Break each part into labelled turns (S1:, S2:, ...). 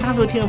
S1: 大陆听众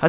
S1: 好，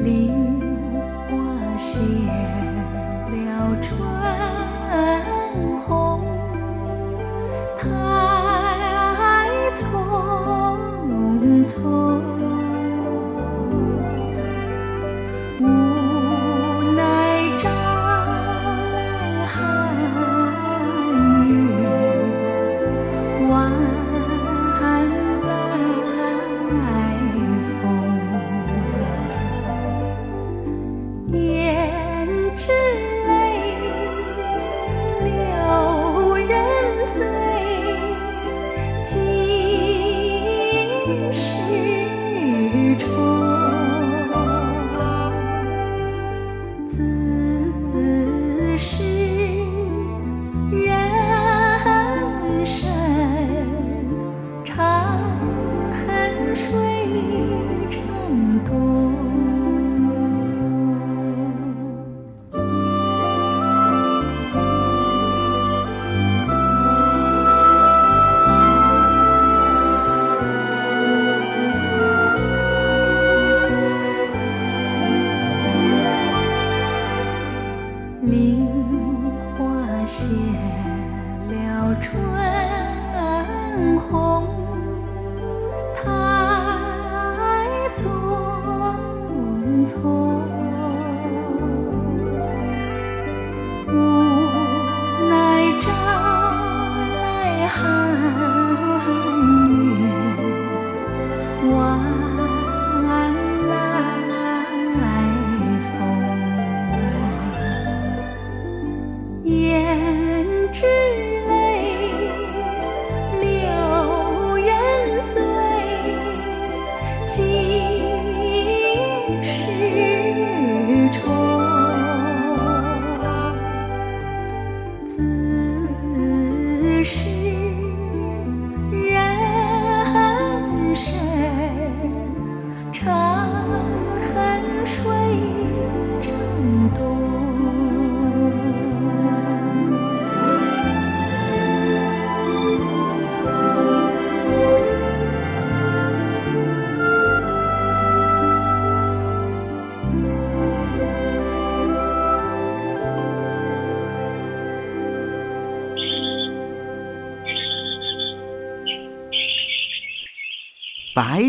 S2: 菱花谢了春红，太匆匆。无奈朝来寒雨，红，太匆匆。无奈朝来寒雨，晚来风。胭脂泪，留人醉。今是愁。自是人生长恨水长东。
S1: 百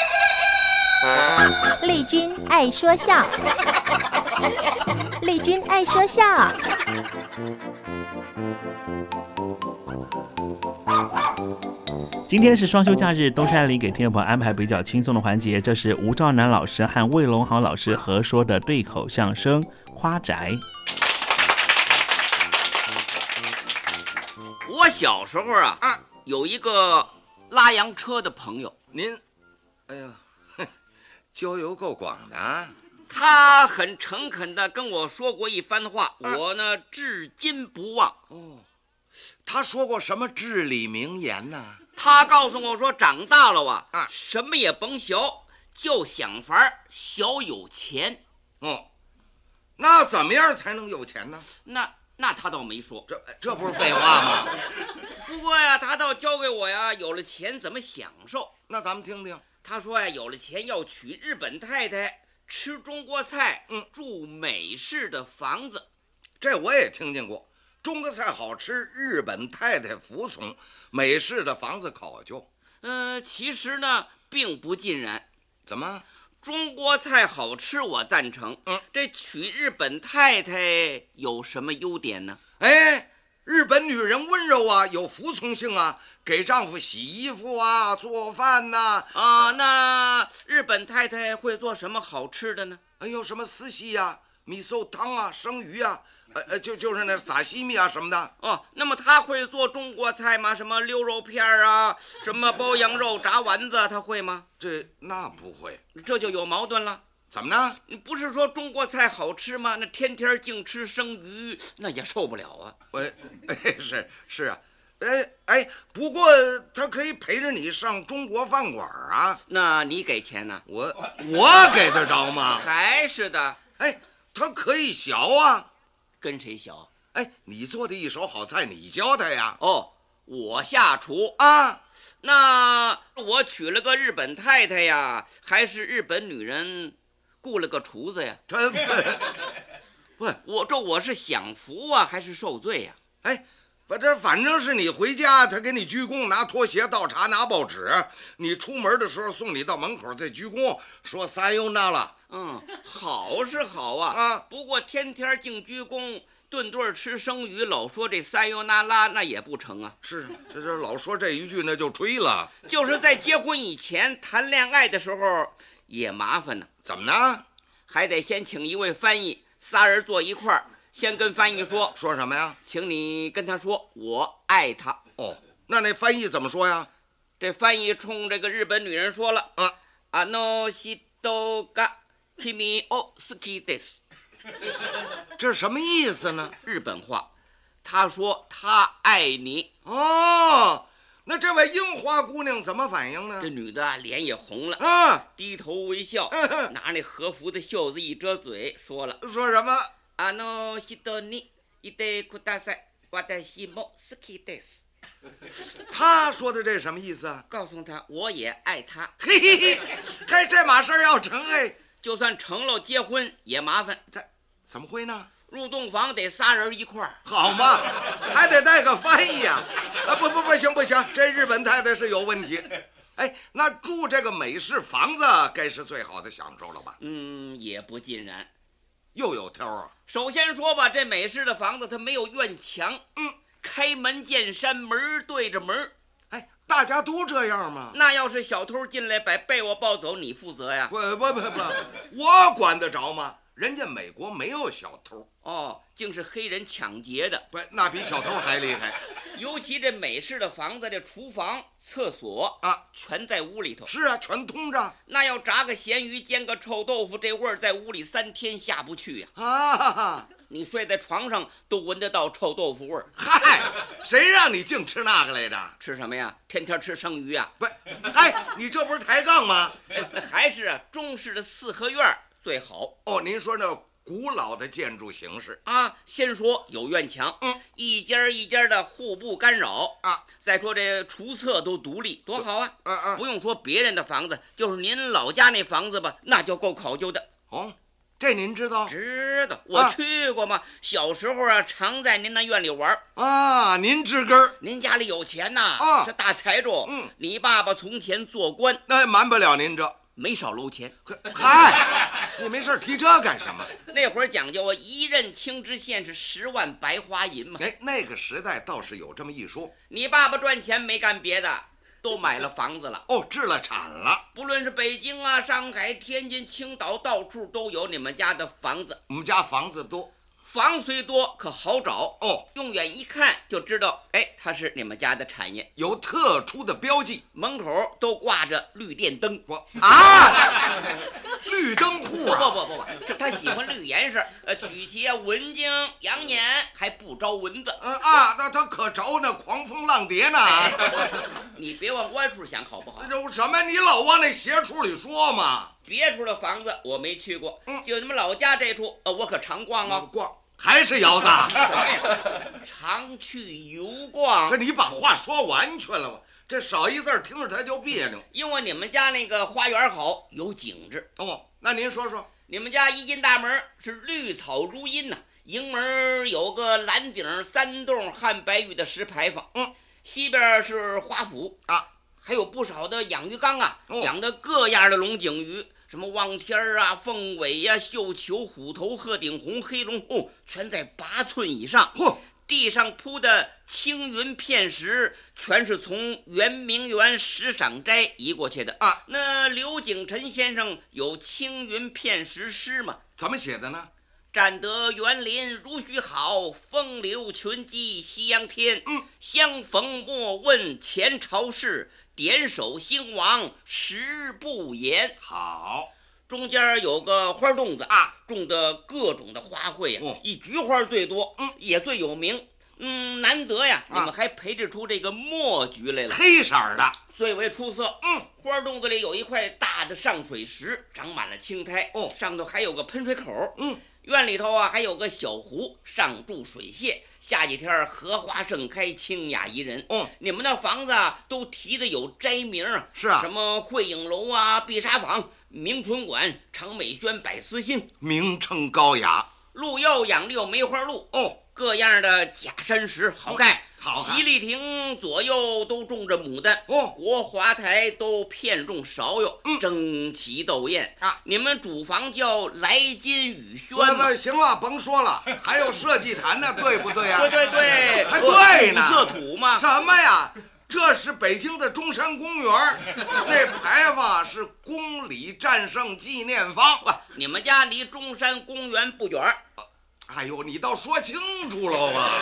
S3: 丽君爱说 笑，丽君爱说笑。
S1: 今天是双休假日，东山林给听众朋友安排比较轻松的环节，这是吴兆南老师和魏龙豪老师合说的对口相声《花宅》。
S4: 我小时候啊，有一个拉洋车的朋友，
S5: 您，哎呀，哼交游够广的啊！
S4: 他很诚恳的跟我说过一番话，我呢至今不忘。
S5: 啊哦，他说过什么至理名言呢？
S4: 他告诉我说，长大了啊，什么也甭学，就想法儿学有钱。
S5: 哦，那怎么样才能有钱呢？
S4: 那那他倒没说，
S5: 这这不是废话吗？
S4: 不过呀、他倒教给我呀，有了钱怎么享受。
S5: 那咱们听听。
S4: 他说呀，有了钱要娶日本太太，吃中国菜，嗯，住美式的房子。
S5: 这我也听见过，中国菜好吃，日本太太服从，美式的房子考究。
S4: 嗯、其实呢，并不尽然。
S5: 怎么？
S4: 中国菜好吃，我赞成。嗯，这娶日本太太有什么优点呢？
S5: 哎，日本女人温柔啊，有服从性啊，给丈夫洗衣服啊，做饭呐、呃
S4: 啊、那日本太太会做什么好吃的呢？
S5: 哎呦，什么丝戏呀、米寿汤啊、生鱼啊，呃呃，就就是那撒西米啊什么的。
S4: 哦，那么他会做中国菜吗？什么溜肉片儿啊，什么包羊肉、炸丸子，他会吗？
S5: 这那不会，
S4: 这就有矛盾了。
S5: 怎么呢？
S4: 你不是说中国菜好吃吗？那天天净吃生鱼，那也受不了啊。
S5: 喂， 哎，是是啊，哎哎，不过他可以陪着你上中国饭馆啊。
S4: 那你给钱呢、
S5: 我我给他着吗？
S4: 还是的，
S5: 哎，他可以学啊。
S4: 跟谁学？
S5: 哎，你做的一手好菜，你教他呀。
S4: 哦，我下厨。
S5: 啊，
S4: 那我娶了个日本太太呀，还是日本女人雇了个厨子呀？
S5: 真
S4: 不是，我这我是享福啊，还是受罪呀、
S5: 哎，反正反正是你回家，他给你鞠躬，拿拖鞋倒茶，拿报纸。你出门的时候送你到门口再鞠躬，说撒由那拉。
S4: 嗯，好是好啊，
S5: 啊
S4: 不过天天净鞠躬，顿顿吃生鱼，老说这塞哟那拉那也不成啊。
S5: 是，这这老说这一句，那就吹了。
S4: 就是在结婚以前谈恋爱的时候也麻烦呢、
S5: 怎么呢？
S4: 还得先请一位翻译，仨人坐一块儿，先跟翻译说，
S5: 说什么呀？
S4: 请你跟他说我爱他。
S5: 哦，那那翻译怎么说呀？
S4: 这翻译冲这个日本女人说了
S5: 啊，：“
S4: あの人が君を好きです。
S5: 这什么意思呢？”
S4: 日本话，他说他爱你。
S5: 哦，那这位樱花姑娘怎么反应呢
S4: 这？女的啊脸也红了，
S5: 啊，
S4: 低头微笑，
S5: 嗯
S4: 拿那和服的袖子一遮嘴，说了
S5: 说什么？：“
S4: あの人にいてください。私も好きです。
S5: 他说的这什么意思啊？
S4: 告诉他我也爱他，
S5: 嘿嘿嘿，嘿，这码事儿要成哎，
S4: 就算成了结婚也麻烦，
S5: 这怎么会呢？
S4: 入洞房得仨人一块儿。
S5: 好嘛，还得带个翻译呀、啊！不不不行不行，这日本太太是有问题。哎，那住这个美式房子该是最好的享受了吧？
S4: 嗯，也不尽然。
S5: 又有挑啊！
S4: 首先说吧，这美式的房子它没有院墙，嗯，开门见山，门儿对着门儿。
S5: 哎，大家都这样吗？
S4: 那要是小偷进来把被窝抱走，你负责呀？
S5: 不不不不，我管得着吗？人家美国没有小偷，
S4: 哦，竟是黑人抢劫的。
S5: 不，那比小偷还厉害。
S4: 尤其这美式的房子，这厨房、厕所
S5: 啊，
S4: 全在屋里头。
S5: 是啊，全通着
S4: 那要炸个咸鱼，煎个臭豆腐，这味儿在屋里三天下不去呀、
S5: 啊！
S4: 你睡在床上都闻得到臭豆腐味儿。
S5: 嗨，谁让你净吃那个来着？
S4: 吃什么呀？天天吃生鱼啊？
S5: 不，哎，你这不是抬杠吗？
S4: 还是啊，中式的四合院儿最好。
S5: 哦，您说那古老的建筑形式，
S4: 啊，先说有院墙，
S5: 嗯，
S4: 一间儿一间儿的互不干扰
S5: 啊。
S4: 再说这厨厕都独立，多好啊！
S5: 啊啊，
S4: 不用说别人的房子，就是您老家那房子吧，那就够考究的。
S5: 哦，这您知道
S4: 知道，我
S5: 啊
S4: 去过嘛，小时候啊，常在您那院里玩儿。
S5: 啊？您知根儿，
S4: 您家里有钱呐、
S5: 啊
S4: 是大财主。
S5: 嗯，
S4: 你爸爸从前做官，
S5: 那瞒不了您这。
S4: 没少 搂钱。
S5: 可嗨，你没事儿提这干什么？
S4: 那会儿讲究啊，一任青知县是十万白花银嘛。
S5: 哎，那个时代倒是有这么一说
S4: 你爸爸赚钱没干别的，都买了房子了。
S5: 哦，置了产了。
S4: 不论是北京啊、上海、天津、青岛，到处都有你们家的房子。
S5: 我们家房子多
S4: 房虽多，可好找，
S5: 哦，
S4: 用远一看就知道，哎，它是你们家的产业。
S5: 有特殊的标记
S4: 门口都挂着绿电灯。不
S5: 啊， 绿灯户
S4: 不
S5: 啊，
S4: 不不不，这他喜欢绿颜色，呃，曲奇啊、文经、养眼，还不招蚊子。
S5: 嗯啊，那他可着那狂风浪蝶呢。
S4: 哎 你别往歪处想，好不好
S5: 这？有什么？你老往那斜处里说嘛？
S4: 别处的房子我没去过，
S5: 嗯
S4: 就你们老家这处，呃，我可常逛啊。
S5: 逛还是窑子？啊
S4: 什么呀？ 常去游逛
S5: 可。你把话说完全了吧？这少一字儿听着他就别扭。
S4: 因为你们家那个花园好，有景致。
S5: 哦，那您说说，
S4: 你们家一进大门是绿草如茵呐、迎门有个蓝顶三栋汉白玉的石牌坊，
S5: 嗯，
S4: 西边是花圃
S5: 啊，
S4: 还有不少的养鱼缸啊，
S5: 哦
S4: 养的各样的龙井鱼，什么望天儿啊、凤尾呀、绣球、虎头、鹤顶红、黑龙凤，全在八寸以上。
S5: 嚯，
S4: 地上铺的青云片石，全是从圆明园石赏斋移过去的
S5: 啊。
S4: 那刘景臣先生有青云片石诗吗？
S5: 怎么写的呢？
S4: 占得园林如许好，风流群鸡夕阳天。
S5: 嗯，
S4: 相逢莫问前朝事，点首兴亡实不言。
S5: 好，
S4: 中间有个花洞子啊，种的各种的花卉呀、
S5: 哦
S4: 以菊花最多，
S5: 嗯，
S4: 也最有名。嗯，难得呀，
S5: 啊
S4: 你们还培植出这个墨菊来了，
S5: 黑色儿的，
S4: 最为出色。
S5: 嗯，
S4: 花洞子里有一块大的上水石，长满了青苔，
S5: 哦
S4: 上头还有个喷水口。
S5: 嗯，
S4: 院里头啊还有个小湖，上住水榭，下几天荷花盛开，清雅宜人。
S5: 嗯，
S4: 你们那房子啊都提的有斋名儿，
S5: 是啊
S4: 什么惠影楼啊、碧纱坊、明春馆、长美轩、百思新，
S5: 名称高雅。
S4: 路又养着有梅花鹿
S5: 哦，
S4: 各样的假山石好看。
S5: 好看
S4: 席丽亭左右都种着牡丹
S5: 哦
S4: 国华台都片种芍药，
S5: 嗯
S4: 争奇斗艳
S5: 啊！
S4: 你们主房叫来金雨轩
S5: 喂
S4: 吗
S5: 喂，行了，甭说了，还有社稷坛呢，对不对呀、
S4: 对对对，
S5: 还对呢
S4: 五色土嘛，
S5: 什么呀？这是北京的中山公园儿，那牌坊是公理战胜纪念坊。
S4: 哇，你们家离中山公园不远儿，
S5: 哎呦，你倒说清楚了吧？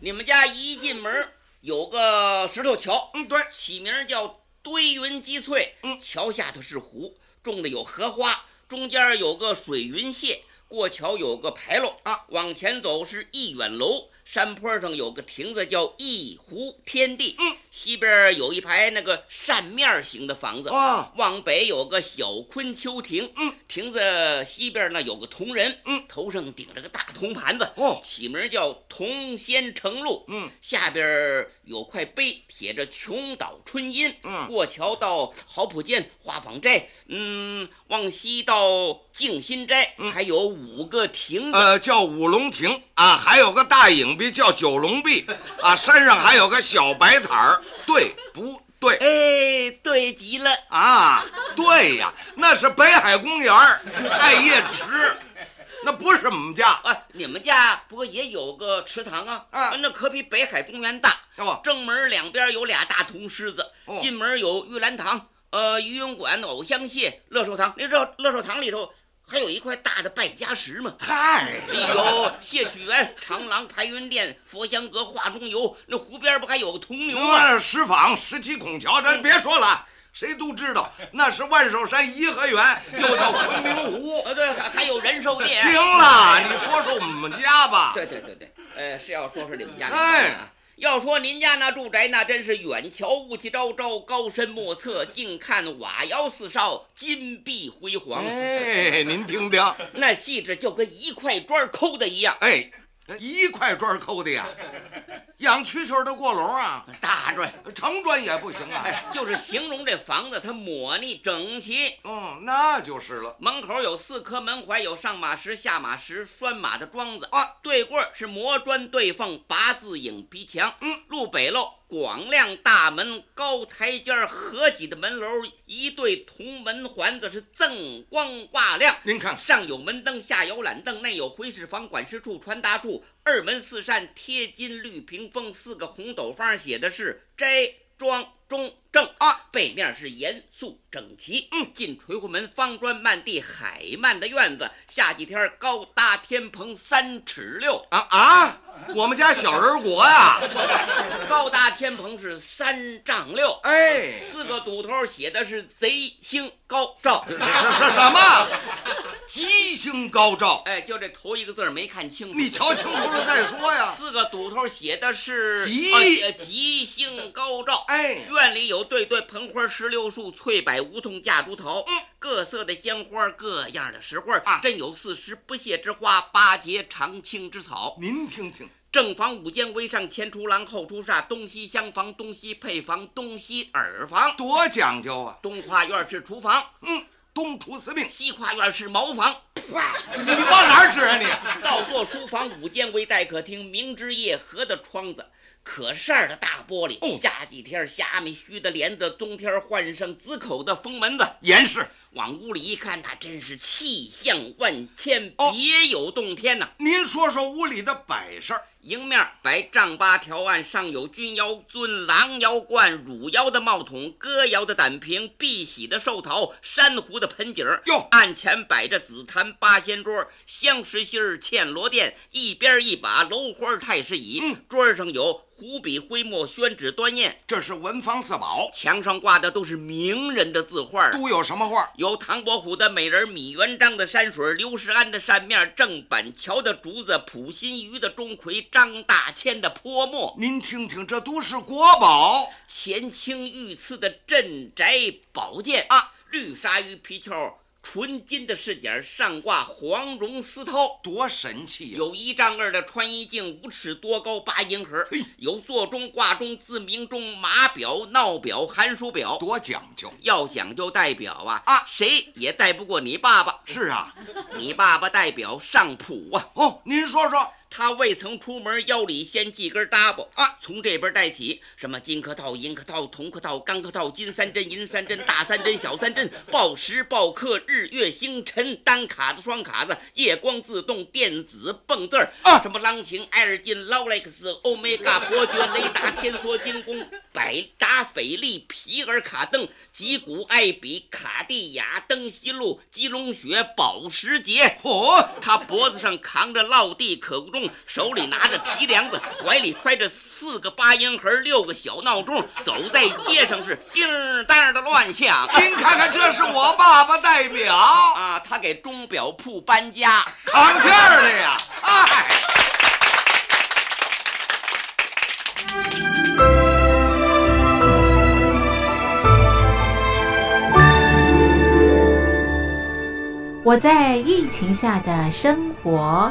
S4: 你们家一进门儿有个石头桥，
S5: 嗯，对，
S4: 起名叫堆云积翠。
S5: 嗯
S4: 桥下头是湖，种的有荷花，中间有个水云榭，过桥有个牌楼
S5: 啊，
S4: 往前走是逸远楼，山坡上有个亭子叫逸湖天地。
S5: 嗯，
S4: 西边有一排那个扇面儿形的房子。
S5: 啊，
S4: 往北有个小昆秋亭，
S5: 嗯，
S4: 亭子西边呢有个铜人，
S5: 嗯，
S4: 头上顶着个大铜盘子，
S5: 哦
S4: 起名叫铜仙成路，
S5: 嗯，
S4: 下边有块碑，写着“琼岛春阴”，
S5: 嗯
S4: 过桥到好普涧花坊寨，嗯，往西到静心斋，
S5: 嗯
S4: 还有五个亭子，
S5: 呃，叫五龙亭啊，还有个大影壁叫九龙壁啊，山上还有个小白毯儿，对不对？
S4: 哎，对极了。
S5: 啊，对呀，那是北海公园儿艾叶池，那不是我们家。
S4: 啊，你们家不过也有个池塘啊？
S5: 啊
S4: 那可比北海公园大。
S5: 哦
S4: 正门两边有俩大铜狮子，
S5: 哦
S4: 进门有玉兰堂、呃鱼云馆、藕香榭、乐寿堂。那乐乐寿堂里头还有一块大的败家石嘛。
S5: 嗨，
S4: 有谢曲园、长廊、排云殿、佛香阁、画中游。那湖边不还有个铜牛吗？
S5: 那石坊、石矶孔桥，咱别说了，谁都知道那是万寿山颐和园，又叫昆明湖。
S4: 呃，对，还还有仁寿殿。哎
S5: 行了，你说说我们家吧。
S4: 对对对对，呃，是要说说你们家那
S5: 哎
S4: 房子啊。要说您家那住宅，那真是远瞧雾气昭昭，高深莫测；近看瓦窑四少，金碧辉煌。
S5: 哎，您听听，
S4: 那细致就跟一块砖抠的一样。
S5: 哎，一块砖抠的呀，养蛐蛐儿的过楼啊，
S4: 大砖，
S5: 成砖也不行啊。
S4: 哎，就是形容这房子它抹腻整齐。
S5: 嗯，那就是了。
S4: 门口有四颗门槐，有上马石、下马石、拴马的桩子
S5: 啊。
S4: 对过儿是磨砖对缝，八字影鼻墙。
S5: 嗯，
S4: 路北喽，广亮大门，高台阶儿合几的门楼，一对铜门环子是锃光瓦亮。
S5: 您看，
S4: 上有门灯，下有懒凳，内有回事房、管事处、传达处，二门四扇贴金绿屏风，四个红斗方写的是斋庄中正
S5: 啊，
S4: 背面是严肃整齐。嗯，进垂户门方砖漫地海漫的院子，下几天高搭天棚三尺六，
S5: 啊啊，我们家小人国呀、
S4: 高搭天棚是三丈六。
S5: 哎，
S4: 四个堵头写的是贼星高照，
S5: 这是是什么？吉星高照，
S4: 哎，就这头一个字儿没看清楚。
S5: 你瞧清楚了再说呀。
S4: 四个堵头写的是
S5: 吉
S4: 呃吉星高照。
S5: 哎
S4: 院里有对对盆花、石榴树、翠柏、梧桐、夹竹桃，
S5: 嗯，
S4: 各色的鲜花，各样的石花
S5: 啊
S4: 真有四时不谢之花，八节常青之草。
S5: 您听听，
S4: 正房五间，为上前出廊，后出煞，东西厢房，东西配房，东西耳房。
S5: 多讲究啊！
S4: 东跨院是厨房，
S5: 嗯，东厨四命，
S4: 西跨院是茅房。
S5: 你你往哪儿指 啊你？
S4: 倒座书房五间为待客厅，明知夜合的窗子，可扇儿的大玻璃。
S5: 哦
S4: 下几天虾米须的帘子，冬天换上紫口的封门子。
S5: 严氏，
S4: 往屋里一看，那真是气象万千，
S5: 哦
S4: 别有洞天呐、
S5: 您说说屋里的摆设儿，
S4: 迎面摆丈八条案，上有钧窑尊、狼窑罐、汝窑的帽筒、哥窑的胆瓶、碧玺的寿桃、珊瑚的盆景儿。
S5: 哟
S4: 案前摆着紫檀八仙桌、香石心儿、嵌罗垫，一边一把楼花太师椅。
S5: 嗯，
S4: 桌上有湖笔、徽墨、宣纸、端砚，
S5: 这是文房四宝，
S4: 墙上挂的都是名人的字画儿啊。
S5: 都有什么画？
S4: 有唐伯虎的美人，米元璋的山水，刘世安的扇面，郑板桥的竹子，普心瑜的钟馗，张大千的泼墨，
S5: 您听听，这都是国宝。
S4: 乾清御赐的镇宅宝剑啊，绿鲨鱼皮鞘纯金的饰件上挂黄绒丝绦，
S5: 多神气呀、
S4: 有一丈二的穿衣镜，五尺多高，八银盒，有座钟、挂钟、自鸣钟、码表、闹表、寒暑表，
S5: 多讲究。
S4: 要讲究戴表啊啊，谁也戴不过你爸爸。
S5: 是啊，
S4: 你爸爸戴表上谱啊，
S5: 哦，您说说，
S4: 他未曾出门，腰里先系根搭巴啊，从这边戴起，什么金颗套、银颗套、铜颗套、钢颗套、金三针、银三针、大三针、小三针、报时、报刻、日月星辰、单卡子、双卡子、夜光自动、电子蹦字儿
S5: 啊
S4: 什么郎情、艾尔金、劳莱克斯、欧米伽、伯爵、雷达、天梭、精工、 百达翡丽、皮尔卡登、吉古、艾比、卡地亚、登西路、吉龙雪、保时捷。
S5: 嚯，
S4: 他脖子上扛着落地可钟，手里拿着提梁子，怀里揣着四个八音盒、六个小闹钟，走在街上是叮儿当的乱响。
S5: 您看看，这是我爸爸代表，
S4: 啊，他给钟表铺搬家。
S5: 扛气儿的呀！哎，
S6: 我在疫情下的生活。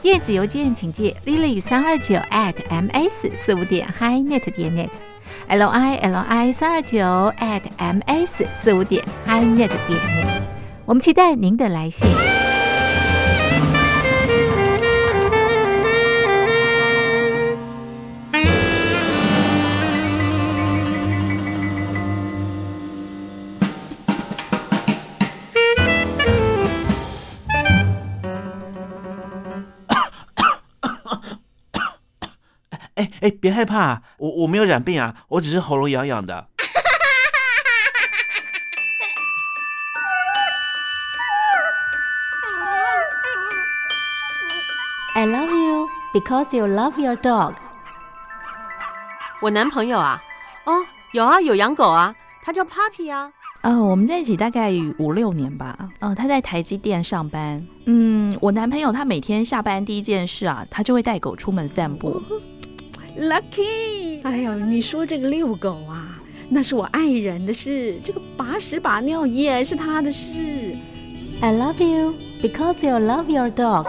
S6: 电子邮件请寄 lily 三二九 at ms 四五点 highnet 点 net。l i l i 三二九 at m s 四五点 highnet 点 net，我们期待您的来信。
S1: 哎哎，别害怕，我我没有染病啊，我只是喉咙痒痒的。
S7: I love you because you love your dog。
S8: 我男朋友啊，哦，有啊，有养狗啊，他叫 Papi 啊。
S9: 呃，我们在一起大概五六年吧。嗯、他在台积电上班。嗯，我男朋友他每天下班第一件事啊，他就会带狗出门散步。
S10: Lucky，哎呦，你说这个遛狗啊，那是我爱人的事，这个把屎把尿也是他的事。
S7: I love you because you love your dog。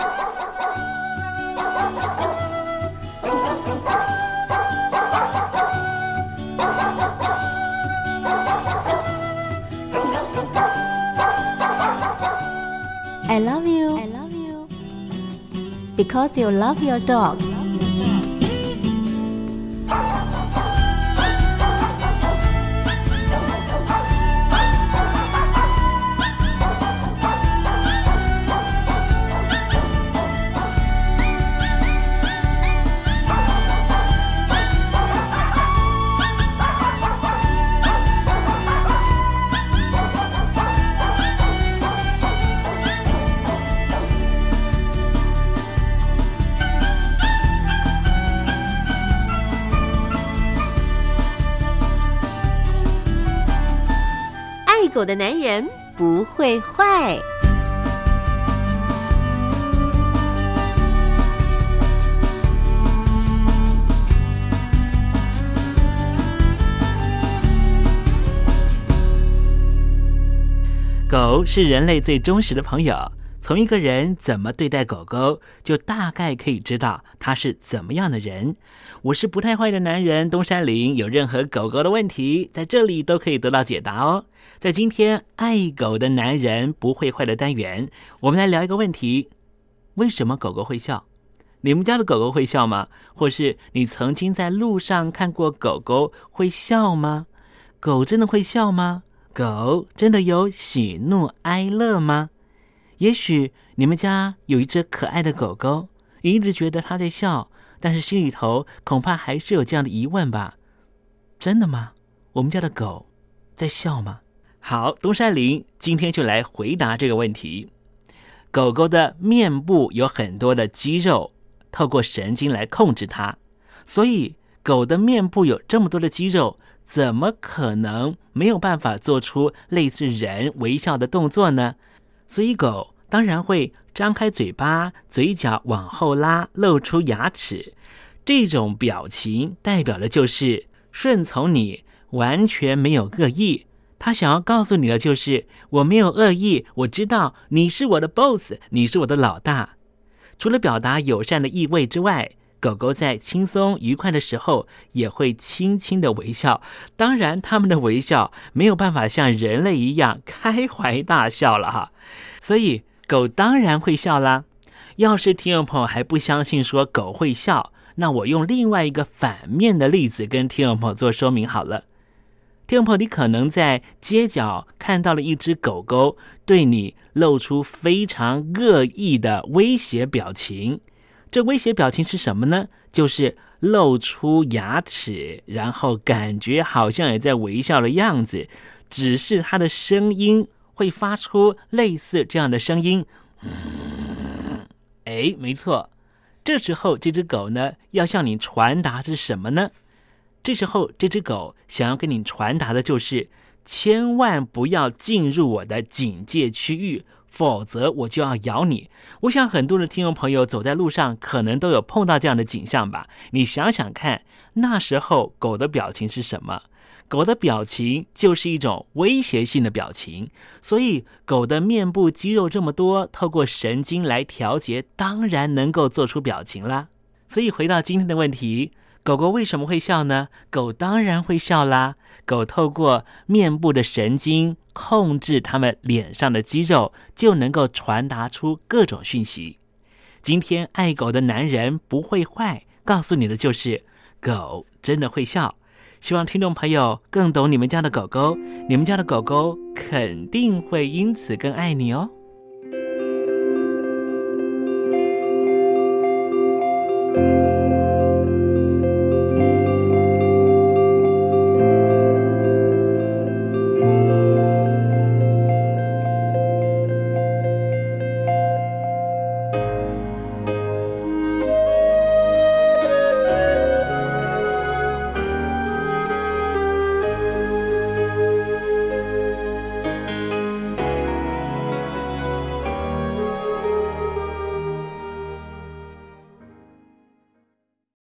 S7: I love you because you love your dog。
S8: 狗的男人不会坏。
S1: 狗是人类最忠实的朋友，从一个人怎么对待狗狗，就大概可以知道他是怎么样的人。我是不太坏的男人东山林，有任何狗狗的问题，在这里都可以得到解答哦。在今天“爱狗的男人不会坏”的单元，我们来聊一个问题：为什么狗狗会笑？你们家的狗狗会笑吗？或是你曾经在路上看过狗狗会笑吗？狗真的会笑吗？狗真的有喜怒哀乐吗？也许你们家有一只可爱的狗狗，你一直觉得它在笑，但是心里头恐怕还是有这样的疑问吧？真的吗？我们家的狗在笑吗？好，东山林今天就来回答这个问题。狗狗的面部有很多的肌肉，透过神经来控制它，所以狗的面部有这么多的肌肉。怎么可能没有办法做出类似人微笑的动作呢？所以狗当然会张开嘴巴，嘴角往后拉，露出牙齿。这种表情代表的就是顺从你，完全没有恶意。它想要告诉你的就是我没有恶意，我知道你是我的 boss，你是我的老大。除了表达友善的意味之外，狗狗在轻松愉快的时候也会轻轻的微笑，当然，它们的微笑没有办法像人类一样开怀大笑了哈，所以狗当然会笑啦。要是听众朋友还不相信说狗会笑，那我用另外一个反面的例子跟听众朋友做说明好了。听众朋友，你可能在街角看到了一只狗狗对你露出非常恶意的威胁表情。这威胁表情是什么呢？就是露出牙齿，然后感觉好像也在微笑的样子，只是它的声音会发出类似这样的声音。哎，没错，这时候这只狗呢要向你传达是什么呢？这时候这只狗想要跟你传达的就是，千万不要进入我的警戒区域。否则我就要咬你！我想很多的听众朋友走在路上，可能都有碰到这样的景象吧。你想想看，那时候狗的表情是什么？狗的表情就是一种威胁性的表情，所以狗的面部肌肉这么多，透过神经来调节，当然能够做出表情啦。所以回到今天的问题。狗狗为什么会笑呢？狗当然会笑啦。狗透过面部的神经控制它们脸上的肌肉，就能够传达出各种讯息。今天爱狗的男人不会坏，告诉你的就是狗真的会笑。希望听众朋友更懂你们家的狗狗，你们家的狗狗肯定会因此更爱你哦。